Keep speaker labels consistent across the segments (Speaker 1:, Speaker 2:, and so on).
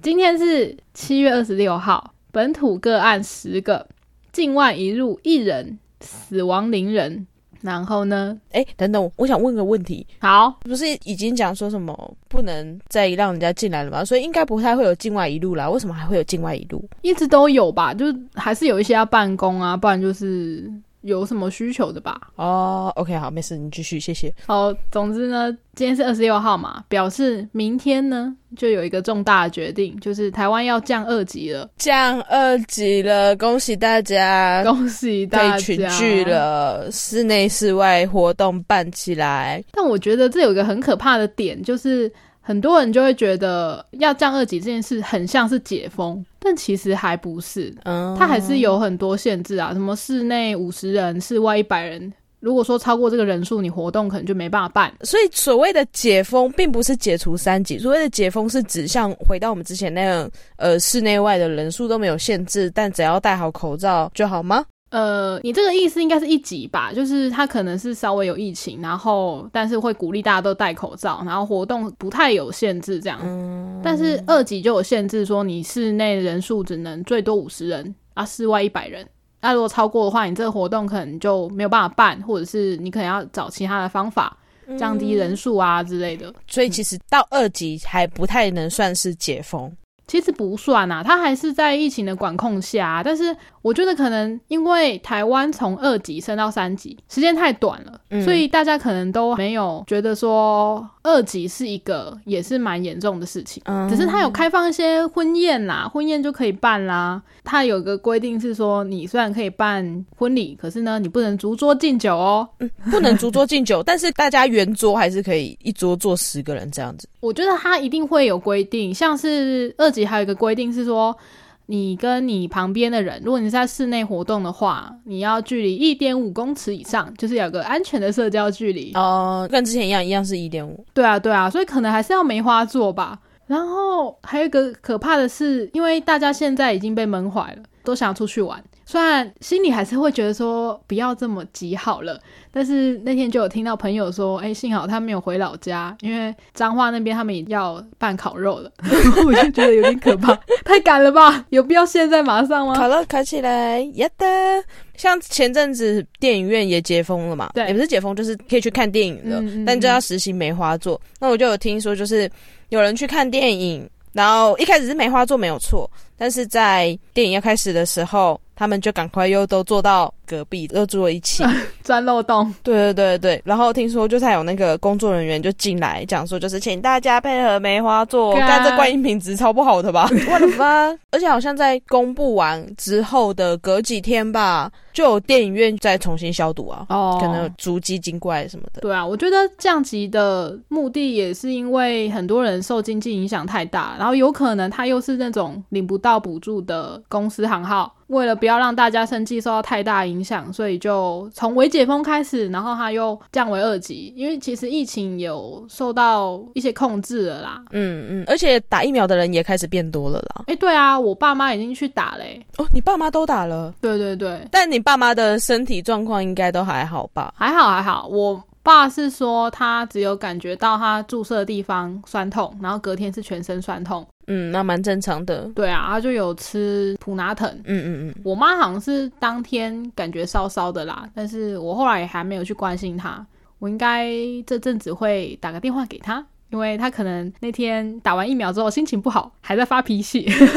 Speaker 1: 今天是七月二十六号，本土个案十个，境外移入一人，死亡零人。然后呢？
Speaker 2: 哎，等等，我想问个问题，
Speaker 1: 好，
Speaker 2: 不是已经讲说什么不能再让人家进来了吗？所以应该不太会有境外一路啦，为什么还会有境外一路？
Speaker 1: 一直都有吧，就是还是有一些要办公啊，不然就是有什么需求的吧。
Speaker 2: 哦、o k 好，没事，你继续，谢谢。
Speaker 1: 好，总之呢，今天是二十六号嘛，表示明天呢就有一个重大的决定，就是台湾要降二级了，
Speaker 2: 降二级了，恭喜大家，
Speaker 1: 恭喜大家！
Speaker 2: 呃可以群聚了，室内室外活动办起来。
Speaker 1: 但我觉得这有一个很可怕的点，就是很多人就会觉得要降二级这件事很像是解封，但其实还不是，
Speaker 2: 嗯，
Speaker 1: 它还是有很多限制啊，什么室内五十人，室外一百人。如果说超过这个人数，你活动可能就没办法办。
Speaker 2: 所以所谓的解封，并不是解除三级，所谓的解封是指像回到我们之前那样，呃，室内外的人数都没有限制，但只要戴好口罩就好吗？
Speaker 1: 呃，你这个意思应该是一级吧？就是它可能是稍微有疫情，然后但是会鼓励大家都戴口罩，然后活动不太有限制这样。但是二级就有限制，说你室内人数只能最多五十人啊，室外一百人。那、如果超过的话，你这个活动可能就没有办法办，或者是你可能要找其他的方法
Speaker 2: 嗯
Speaker 1: 降低人数啊之类的。
Speaker 2: 所以其实到二级还不太能算是解封。
Speaker 1: 其实不算啊，它还是在疫情的管控下啊、但是我觉得可能因为台湾从二级升到三级时间太短了，
Speaker 2: 嗯
Speaker 1: 所以大家可能都没有觉得说二级是一个也是蛮严重的事情。
Speaker 2: 嗯
Speaker 1: 只是它有开放一些婚宴啦，婚宴就可以办啦。它有个规定是说，你虽然可以办婚礼，可是呢，你不能逐桌敬酒哦。
Speaker 2: 不能逐桌敬酒，但是大家圆桌还是可以一桌坐十个人这样子。
Speaker 1: 我觉得它一定会有规定，像是二级还有一个规定是说，你跟你旁边的人，如果你是在室内活动的话，你要距离一点五公尺以上，就是有个安全的社交距离。
Speaker 2: 哦、跟之前一样，一样是一点五。
Speaker 1: 对啊，对啊，所以可能还是要梅花座吧。然后还有一个可怕的是，因为大家现在已经被闷坏了，都想要出去玩。虽然心里还是会觉得说不要这么急好了，但是那天就有听到朋友说，哎，幸好他没有回老家，因为彰化那边他们也要办烤肉了， 我就觉得有点可 怕，太赶了吧？有必要现在马上吗？
Speaker 2: 烤肉烤起来，呀的！像前阵子电影院也解封了嘛，
Speaker 1: 对
Speaker 2: 也不是解封，就是可以去看电影了，
Speaker 1: 嗯嗯
Speaker 2: 但就要实行梅花座。那我就有听说，就是有人去看电影，然后一开始是梅花座没有错，但是在电影要开始的时候，他们就赶快又都坐到隔壁，又坐一起。
Speaker 1: 钻漏洞，
Speaker 2: 对对对对，然后听说就是还有那个工作人员就进来讲说，就是请大家配合梅花座，
Speaker 1: 干
Speaker 2: 但这观音品质超不好的 吧？我的妈！而且好像在公布完之后的隔几天吧，就有电影院再重新消毒啊，
Speaker 1: 哦
Speaker 2: 可能有足迹精怪什么的。
Speaker 1: 对啊，我觉得降级的目的也是因为很多人受经济影响太大，然后有可能他又是那种领不到补助的公司行号，为了不要让大家生计受到太大影响，所以就从微解封开始，然后他又降为二级，因为其实疫情有受到一些控制了啦。
Speaker 2: 嗯嗯，而且打疫苗的人也开始变多了啦。
Speaker 1: 哎，对啊，我爸妈已经去打嘞、
Speaker 2: 哦，你爸妈都打了，
Speaker 1: 对对对，
Speaker 2: 但你爸妈的身体状况应该都还好吧？
Speaker 1: 还好还好，我爸是说他只有感觉到他注射的地方酸痛，然后隔天是全身酸痛。
Speaker 2: 嗯，那蛮正常的。
Speaker 1: 对啊，他就有吃普拿疼。
Speaker 2: 嗯嗯嗯。
Speaker 1: 我妈好像是当天感觉烧烧的啦，但是我后来也还没有去关心她。我应该这阵子会打个电话给她，因为她可能那天打完疫苗之后心情不好，还在发脾气，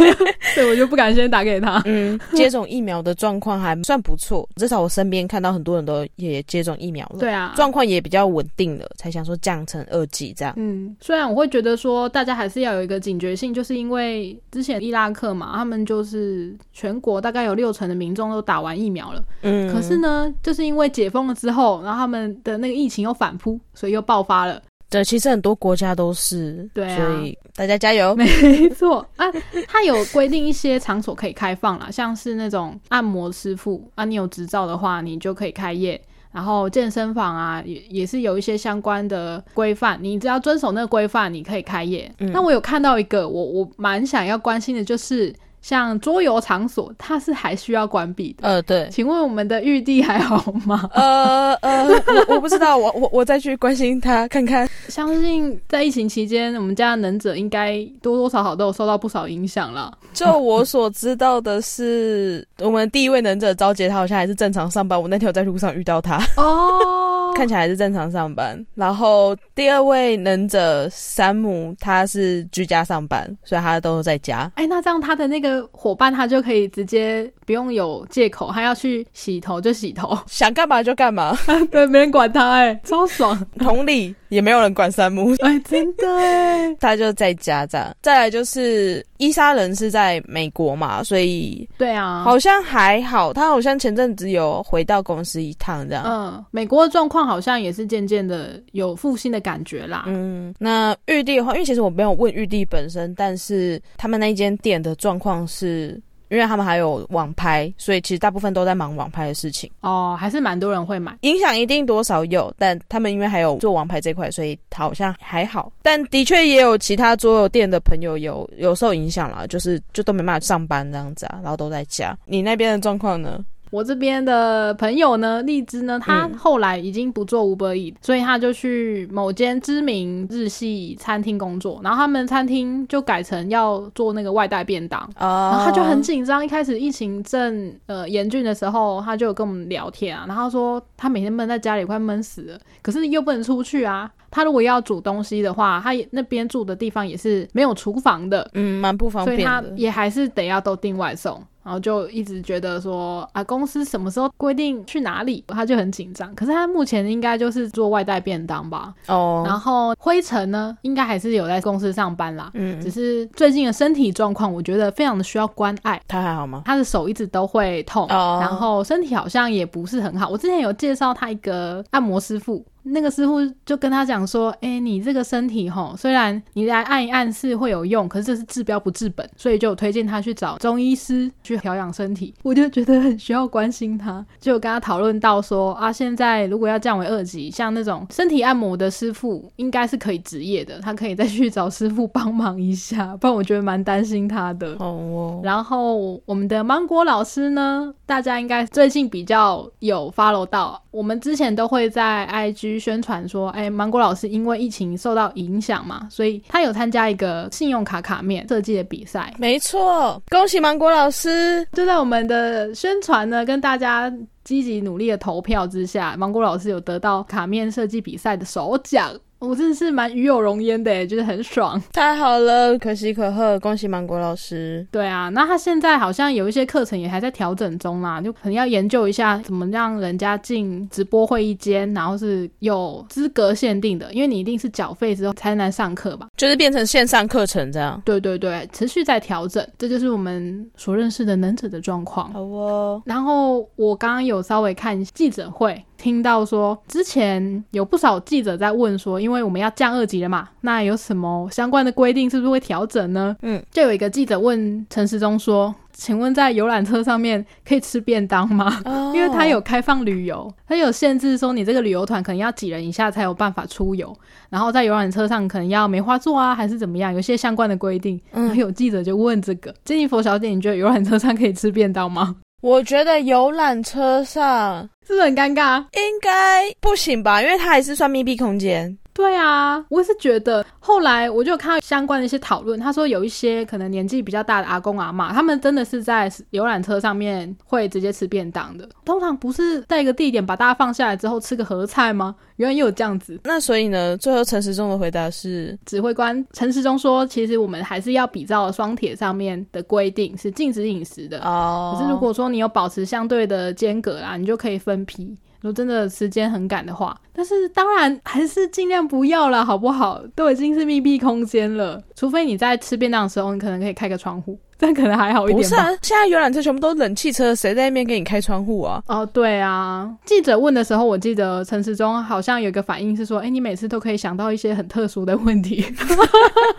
Speaker 1: 所以我就不敢先打给她。
Speaker 2: 嗯， 接种疫苗的状况还算不错，至少我身边看到很多人都也接种疫苗了，
Speaker 1: 对啊，
Speaker 2: 状况也比较稳定了，才想说降成二级这样。
Speaker 1: 嗯，虽然我会觉得说大家还是要有一个警觉性，就是因为之前伊拉克嘛，他们就是全国大概有六成的民众都打完疫苗了。
Speaker 2: 嗯，
Speaker 1: 可是呢，就是因为解封了之后，然后他们的那个疫情又反扑，所以又爆发了。
Speaker 2: 对，其实很多国家都是，
Speaker 1: 对啊
Speaker 2: 所以大家加油。
Speaker 1: 没错啊，它有规定一些场所可以开放啦，像是那种按摩师傅啊，你有执照的话，你就可以开业。然后健身房啊，也也是有一些相关的规范，你只要遵守那个规范，你可以开业。那我有看到一个，我我蛮想要关心的，就是像桌游场所，它是还需要关闭的。
Speaker 2: 呃， 对，
Speaker 1: 请问我们的玉帝还好吗？
Speaker 2: 呃呃，我我不知道，我我我再去关心他看看。
Speaker 1: 相信在疫情期间，我们家的能者应该多多少少都有受到不少影响啦。
Speaker 2: 就我所知道的是，我们第一位能者招杰，他好像还是正常上班。我那天有在路上遇到他，
Speaker 1: 哦
Speaker 2: 看起来还是正常上班。然后第二位能者山姆，他是居家上班，所以他都在家。
Speaker 1: 哎，那这样他的那个伙伴，他就可以直接不用有借口，他要去洗头就洗头，
Speaker 2: 想干嘛就干 嘛，
Speaker 1: 对，没人管他、哎，超爽，
Speaker 2: 同理也没有人管山姆，
Speaker 1: 哎，真的 哎，
Speaker 2: 他就在家这样。再来就是伊莎人是在美国嘛，所以
Speaker 1: 对啊，
Speaker 2: 好像还好，他好像前阵子有回到公司一趟这样。
Speaker 1: 嗯，美国的状况好像也是渐渐的有复兴的感觉啦。
Speaker 2: 嗯，那玉帝的话，因为其实我没有问玉帝本身，但是他们那一间店的状况是，因为他们还有网拍，所以其实大部分都在忙网拍的事情，
Speaker 1: 哦，还是蛮多人会买。
Speaker 2: 影响一定多少有，但他们因为还有做网拍这块，所以好像还好，但的确也有其他桌游店的朋友有有受影响啦，就是就都没办法上班这样子啊，然后都在家。你那边的状况呢？
Speaker 1: 我这边的朋友呢，荔枝呢，他
Speaker 2: 嗯
Speaker 1: 后来已经不做五百亿，所以他就去某间知名日系餐厅工作，然后他们餐厅就改成要做那个外带便当。然
Speaker 2: 啊
Speaker 1: 后他就很紧张，一开始疫情正呃严峻的时候，他就有跟我们聊天啊，然后他说他每天闷在家里快闷死了，可是又不能出去啊。他如果要煮东西的话，他也那边住的地方也是没有厨房的，
Speaker 2: 嗯，蛮不方
Speaker 1: 所
Speaker 2: 便
Speaker 1: 以他
Speaker 2: 的。
Speaker 1: 也还是得要都订外送，然后就一直觉得说啊，公司什么时候规定去哪里，他就很紧张。可是他目前应该就是做外带便当吧，
Speaker 2: 哦，
Speaker 1: 然后灰尘呢，应该还是有在公司上班啦，只
Speaker 2: 嗯，
Speaker 1: 是最近的身体状况，我觉得非常的需要关爱。
Speaker 2: 他还好吗？
Speaker 1: 他的手一直都会痛
Speaker 2: 哦
Speaker 1: 然后身体好像也不是很好。我之前有介绍他一个按摩师傅，那个师傅就跟他讲说：“哎、你这个身体吼，虽然你来按一按是会有用，可是这是治标不治本，所以就有推荐他去找中医师去调养身体。”我就觉得很需要关心他，就有跟他讨论到说啊，现在如果要降为二级，像那种身体按摩的师傅应该是可以执业的，他可以再去找师傅帮忙一下， 不然我觉得蛮担心他的。
Speaker 2: 哦哦，
Speaker 1: 然后我们的芒果老师呢，大家应该最近比较有 follow 到，我们之前都会在 IG 宣传说，哎，芒果老师因为疫情受到影响嘛，所以他有参加一个信用卡卡面设计的比赛。
Speaker 2: 没错，恭喜芒果老师。
Speaker 1: 就在我们的宣传呢，跟大家积极努力的投票之下，芒果老师有得到卡面设计比赛的首奖，我真的是蛮与有荣焉的耶，就是很爽。
Speaker 2: 太好了，可喜可贺，恭喜芒果老师。
Speaker 1: 对啊，那他现在好像有一些课程也还在调整中啦，就可能要研究一下怎么让人家进直播会议间，然后是有资格限定的，因为你一定是缴费之后才能上课吧？
Speaker 2: 就是变成线上课程这样。
Speaker 1: 对对对，持续在调整，这就是我们所认识的能者的状况。
Speaker 2: 好哦，
Speaker 1: 然后我刚刚有稍微看记者会，听到说之前有不少记者在问说，因为我们要降二级了嘛，那有什么相关的规定是不是会调整呢？
Speaker 2: 嗯，
Speaker 1: 就有一个记者问陈时中说：“请问在游览车上面可以吃便当吗？”
Speaker 2: 哦
Speaker 1: 因为他有开放旅游，他有限制说你这个旅游团可能要几人以下才有办法出游，然后在游览车上可能要梅花座啊，还是怎么样，有一些相关的规定。然后
Speaker 2: 嗯，
Speaker 1: 有记者就问这个：“珍妮佛小姐，你觉得游览车上可以吃便当吗？”
Speaker 2: 我觉得游览车上
Speaker 1: 是不是很尴尬？
Speaker 2: 应该不行吧，因为它还是算密闭空间。
Speaker 1: 对啊，我也是觉得。后来我就有看到相关的一些讨论，他说有一些可能年纪比较大的阿公阿妈，他们真的是在游览车上面会直接吃便当的。通常不是在一个地点把大家放下来之后吃个合菜吗？原来也有这样子。
Speaker 2: 那所以呢，最后陈时中的回答是，
Speaker 1: 指挥官陈时中说，其实我们还是要比照双铁上面的规定，是禁止饮食的。
Speaker 2: 哦
Speaker 1: 可是如果说你有保持相对的间隔啦，你就可以分批。如果真的时间很赶的话，但是当然还是尽量不要啦，好不好？都已经是密闭空间了，除非你在吃便当的时候，你可能可以开个窗户，这样可能还好一
Speaker 2: 不
Speaker 1: 点
Speaker 2: 是
Speaker 1: 吧。
Speaker 2: 啊，现在游览车全部都冷汽车，谁在那边给你开窗户啊？
Speaker 1: 哦，对啊，记者问的时候，我记得陈时中好像有一个反应是说：“哎，你每次都可以想到一些很特殊的问题。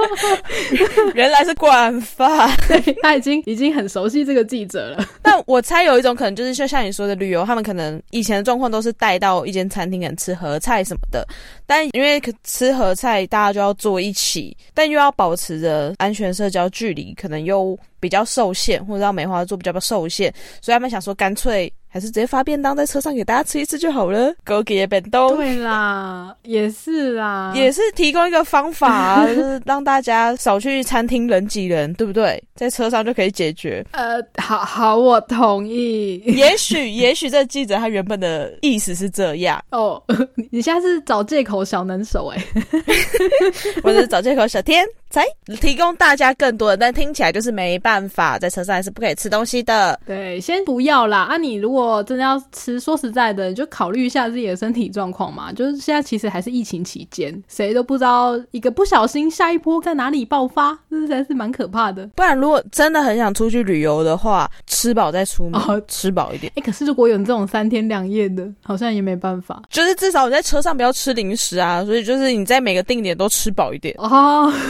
Speaker 2: 原来是管法。
Speaker 1: 对”他已经已经很熟悉这个记者了。
Speaker 2: 那但我猜有一种可能就是，就像你说的旅游，他们可能以前的状况都是带到一间餐厅，可能吃合菜什么的。但因为可吃合菜，大家就要坐一起，但又要保持着安全社交距离，可能又比较受限，或者到梅花座比较受限，所以他们想说，干脆还是直接发便当在车上给大家吃一次就好了，狗给便当。
Speaker 1: 对啊啦，也是啦，
Speaker 2: 哦也是提供一个方法、啊，就是让大家少去餐厅人挤人，对不对？在车上就可以解决。
Speaker 1: 呃，好好，我同意。
Speaker 2: 也许，也许这记者他原本的意思是这样，
Speaker 1: 哦， 你现在是找借口小能手哎、
Speaker 2: 我是找借口小天才提供大家更多的，但听起来就是没办法，在车上还是不可以吃东西的。
Speaker 1: 对，先不要啦。啊，你如果真的要吃，说实在的，你就考虑一下自己的身体状况嘛。就是现在其实还是疫情期间，谁都不知道一个不小心下一波在哪里爆发，这实在是蛮可怕的。
Speaker 2: 不然，如果真的很想出去旅游的话，吃饱再出门，
Speaker 1: 哦
Speaker 2: 吃饱一点。
Speaker 1: 哎、可是如果有这种三天两夜的，好像也没办法
Speaker 2: 就是至少你在车上不要吃零食啊，所以就是你在每个定点都吃饱一点，
Speaker 1: 哦。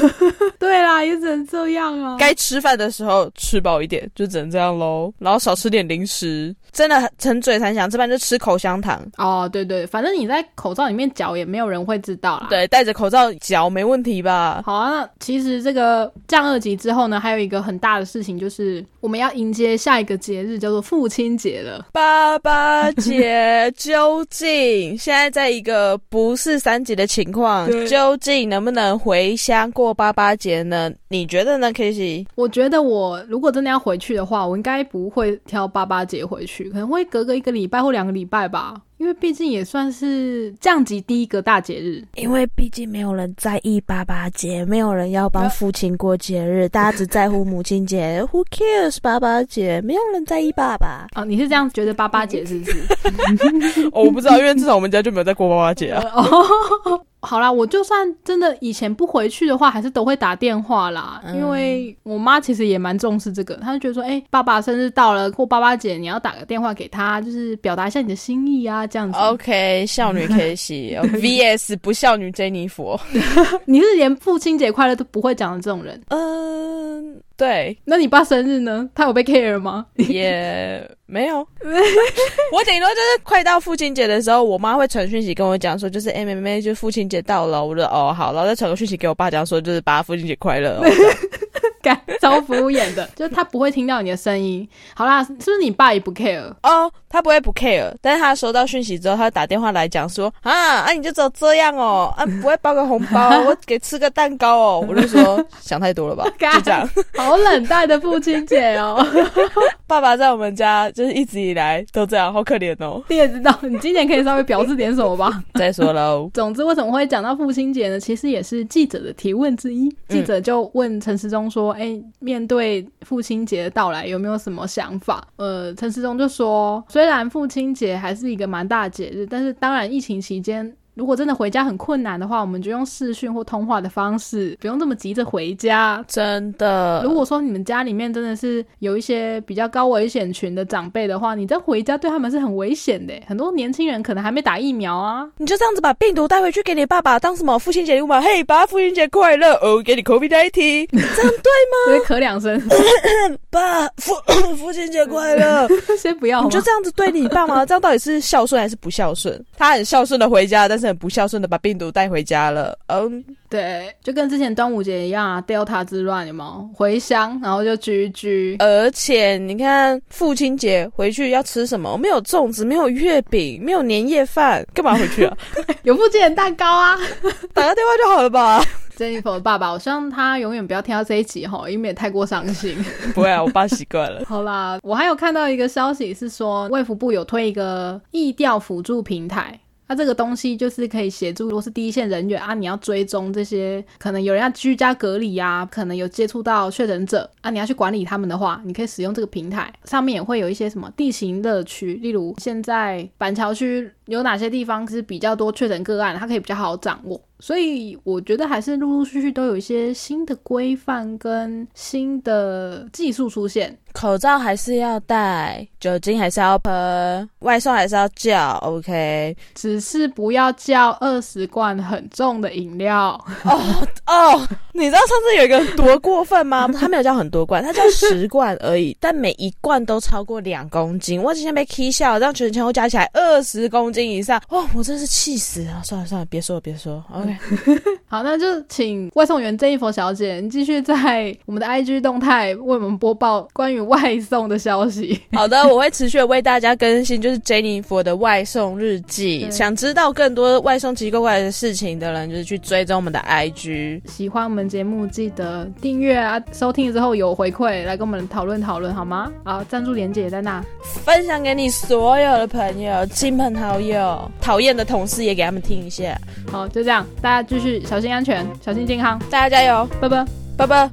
Speaker 1: 对啦，也只能这样啊。
Speaker 2: 该吃饭的时候吃饱一点，就只能这样喽。然后少吃点零食，真的很很嘴馋想吃饭就吃口香糖，
Speaker 1: 哦，对对，反正你在口罩里面嚼，也没有人会知道啦。
Speaker 2: 对，戴着口罩嚼没问题吧？
Speaker 1: 好啊，那其实这个降二级之后呢，还有一个很大的事情就是我们要迎接下一个节日，叫做父亲节了。
Speaker 2: 爸爸节究竟现在在一个不是三级的情况
Speaker 1: 对，
Speaker 2: 究竟能不能回乡过爸爸节呢？你觉得呢，K C？
Speaker 1: 我觉得我如果真的要回去的话，我应该不会挑八八节回去，可能会隔个一个礼拜或两个礼拜吧，因为毕竟也算是降级第一个大节日。
Speaker 2: 因为毕竟没有人在意爸爸节，没有人要帮父亲过节日，大家只在乎母亲节。Who cares 爸爸节？没有人在意爸爸。
Speaker 1: 啊，你是这样觉得八八节是不是？
Speaker 2: 哦，我不知道，因为至少我们家就没有在过爸爸节啊。
Speaker 1: 哦，好啦，我就算真的以前不回去的话，还是都会打电话啦，
Speaker 2: 嗯
Speaker 1: 因为我妈其实也蛮重视这个，她就觉得说，哎、爸爸生日到了，或爸爸节，你要打个电话给他，就是表达一下你的心意啊，这样子。
Speaker 2: OK，少女 K C VS 不孝女 J 妮佛。
Speaker 1: 你是连父亲节快乐都不会讲的这种人，
Speaker 2: 嗯，对。
Speaker 1: 那你爸生日呢？他有被 care 吗？
Speaker 2: 也没 有，我顶多就是快到父亲节的时候，我妈会传讯息跟我讲说，就是哎、妹妹，就父亲节到了，我就哦好，然后再传个讯息给我爸讲说，就是爸父亲节快 乐、哦。
Speaker 1: 干，超敷衍 的，就是他不会听到你的声音。好啦，是不是你爸也不 care？
Speaker 2: 哦，他不会不 care，但是他收到讯息之后，他打电话来讲说啊啊，你就只有这样哦，啊不会包个红包，我给吃个蛋糕哦，我就说 想太多了吧，就这样。
Speaker 1: 好冷淡的父亲节 哦。
Speaker 2: 爸爸在我们家就是一直以来都这样，好可怜哦。
Speaker 1: 你也知道，你今年可以稍微表示点什么吧？
Speaker 2: 再说喽，
Speaker 1: 总之，为什么会讲到父亲节呢？其实也是记者的提问之一。记者就问陈时中说：“哎、面对父亲节的到来，有没有什么想法？”呃，陈时中就说：“虽然父亲节还是一个蛮大的节日，但是当然疫情期间。”如果真的回家很困难的话，我们就用视讯或通话的方式，不用这么急着回家。呃
Speaker 2: 真的
Speaker 1: 如果说你们家里面真的是有一些比较高危险群的长辈的话，你再回家对他们是很危险的。很多年轻人可能还没打疫苗啊，
Speaker 2: 你就这样子把病毒带回去给你爸爸当什么父亲节礼物吗？嘿，爸，父亲节快乐哦，给你 COVID nineteen，
Speaker 1: 所以咳两声。
Speaker 2: 爸，父 父亲节快 乐。
Speaker 1: 先不要
Speaker 2: 你
Speaker 1: 吗，
Speaker 2: 就这样子对你爸妈，这样到底是孝顺还是不孝顺？他很孝顺的回家，但是很不孝顺的把病毒带回家了。嗯，
Speaker 1: 对，就跟之前端午节一样啊，Delta 之乱有没有？回乡，然后就居居。
Speaker 2: 而且你看父亲节回去要吃什么？没有粽子，没有月饼，没有年夜饭，干嘛回去 啊？
Speaker 1: 有附近的蛋糕啊
Speaker 2: 打个电话就好了吧？
Speaker 1: ，Jennifer 的爸爸，我希望他永远不要听到这一集哈，以免太过伤心。
Speaker 2: 不会啊，我爸习惯了。
Speaker 1: 好啦，我还有看到一个消息是说，卫福部有推一个疫调辅助平台。那、这个东西就是可以协助，如果是第一线人员啊，你要追踪这些可能有人要居家隔离啊，可能有接触到确诊者啊，你要去管理他们的话，你可以使用这个平台。上面也会有一些什么地形乐区，例如现在板桥区有哪些地方是比较多确诊个案，它可以比较好掌握。所以我觉得还是陆陆续续都有一些新的规范跟新的技术出现，
Speaker 2: 口罩还是要戴，酒精还是要喷，外送还是要叫。OK，
Speaker 1: 只是不要叫二十罐很重的饮料。
Speaker 2: 哦哦，你知道上次有一个人多过分吗？他没有叫很多罐，他叫十罐而已，但每一罐都超过两公斤。我之前被 K 笑，让全球加起来二十公斤以上，哇、我真是气死了！算了算了，别说了别说了。OK，
Speaker 1: 好，那就请外送员郑一佛小姐你继续在我们的 IG 动态为我们播报关于外送的消息。
Speaker 2: 好的，我会持续地为大家更新，就是 Jennifer 的外送日记。
Speaker 1: 对
Speaker 2: 想知道更多外送奇怪怪的事情的人，就是去追踪我们的 IG。
Speaker 1: 喜欢我们节目，记得订阅啊！收听之后有回馈来跟我们讨论讨论好吗？好，赞助连接也在那。
Speaker 2: 分享给你所有的朋友、亲朋好友，讨厌的同事也给他们听一下。
Speaker 1: 好，就这样，大家继续小心安全，小心健康，
Speaker 2: 大家加油，
Speaker 1: 拜拜。
Speaker 2: 拜拜。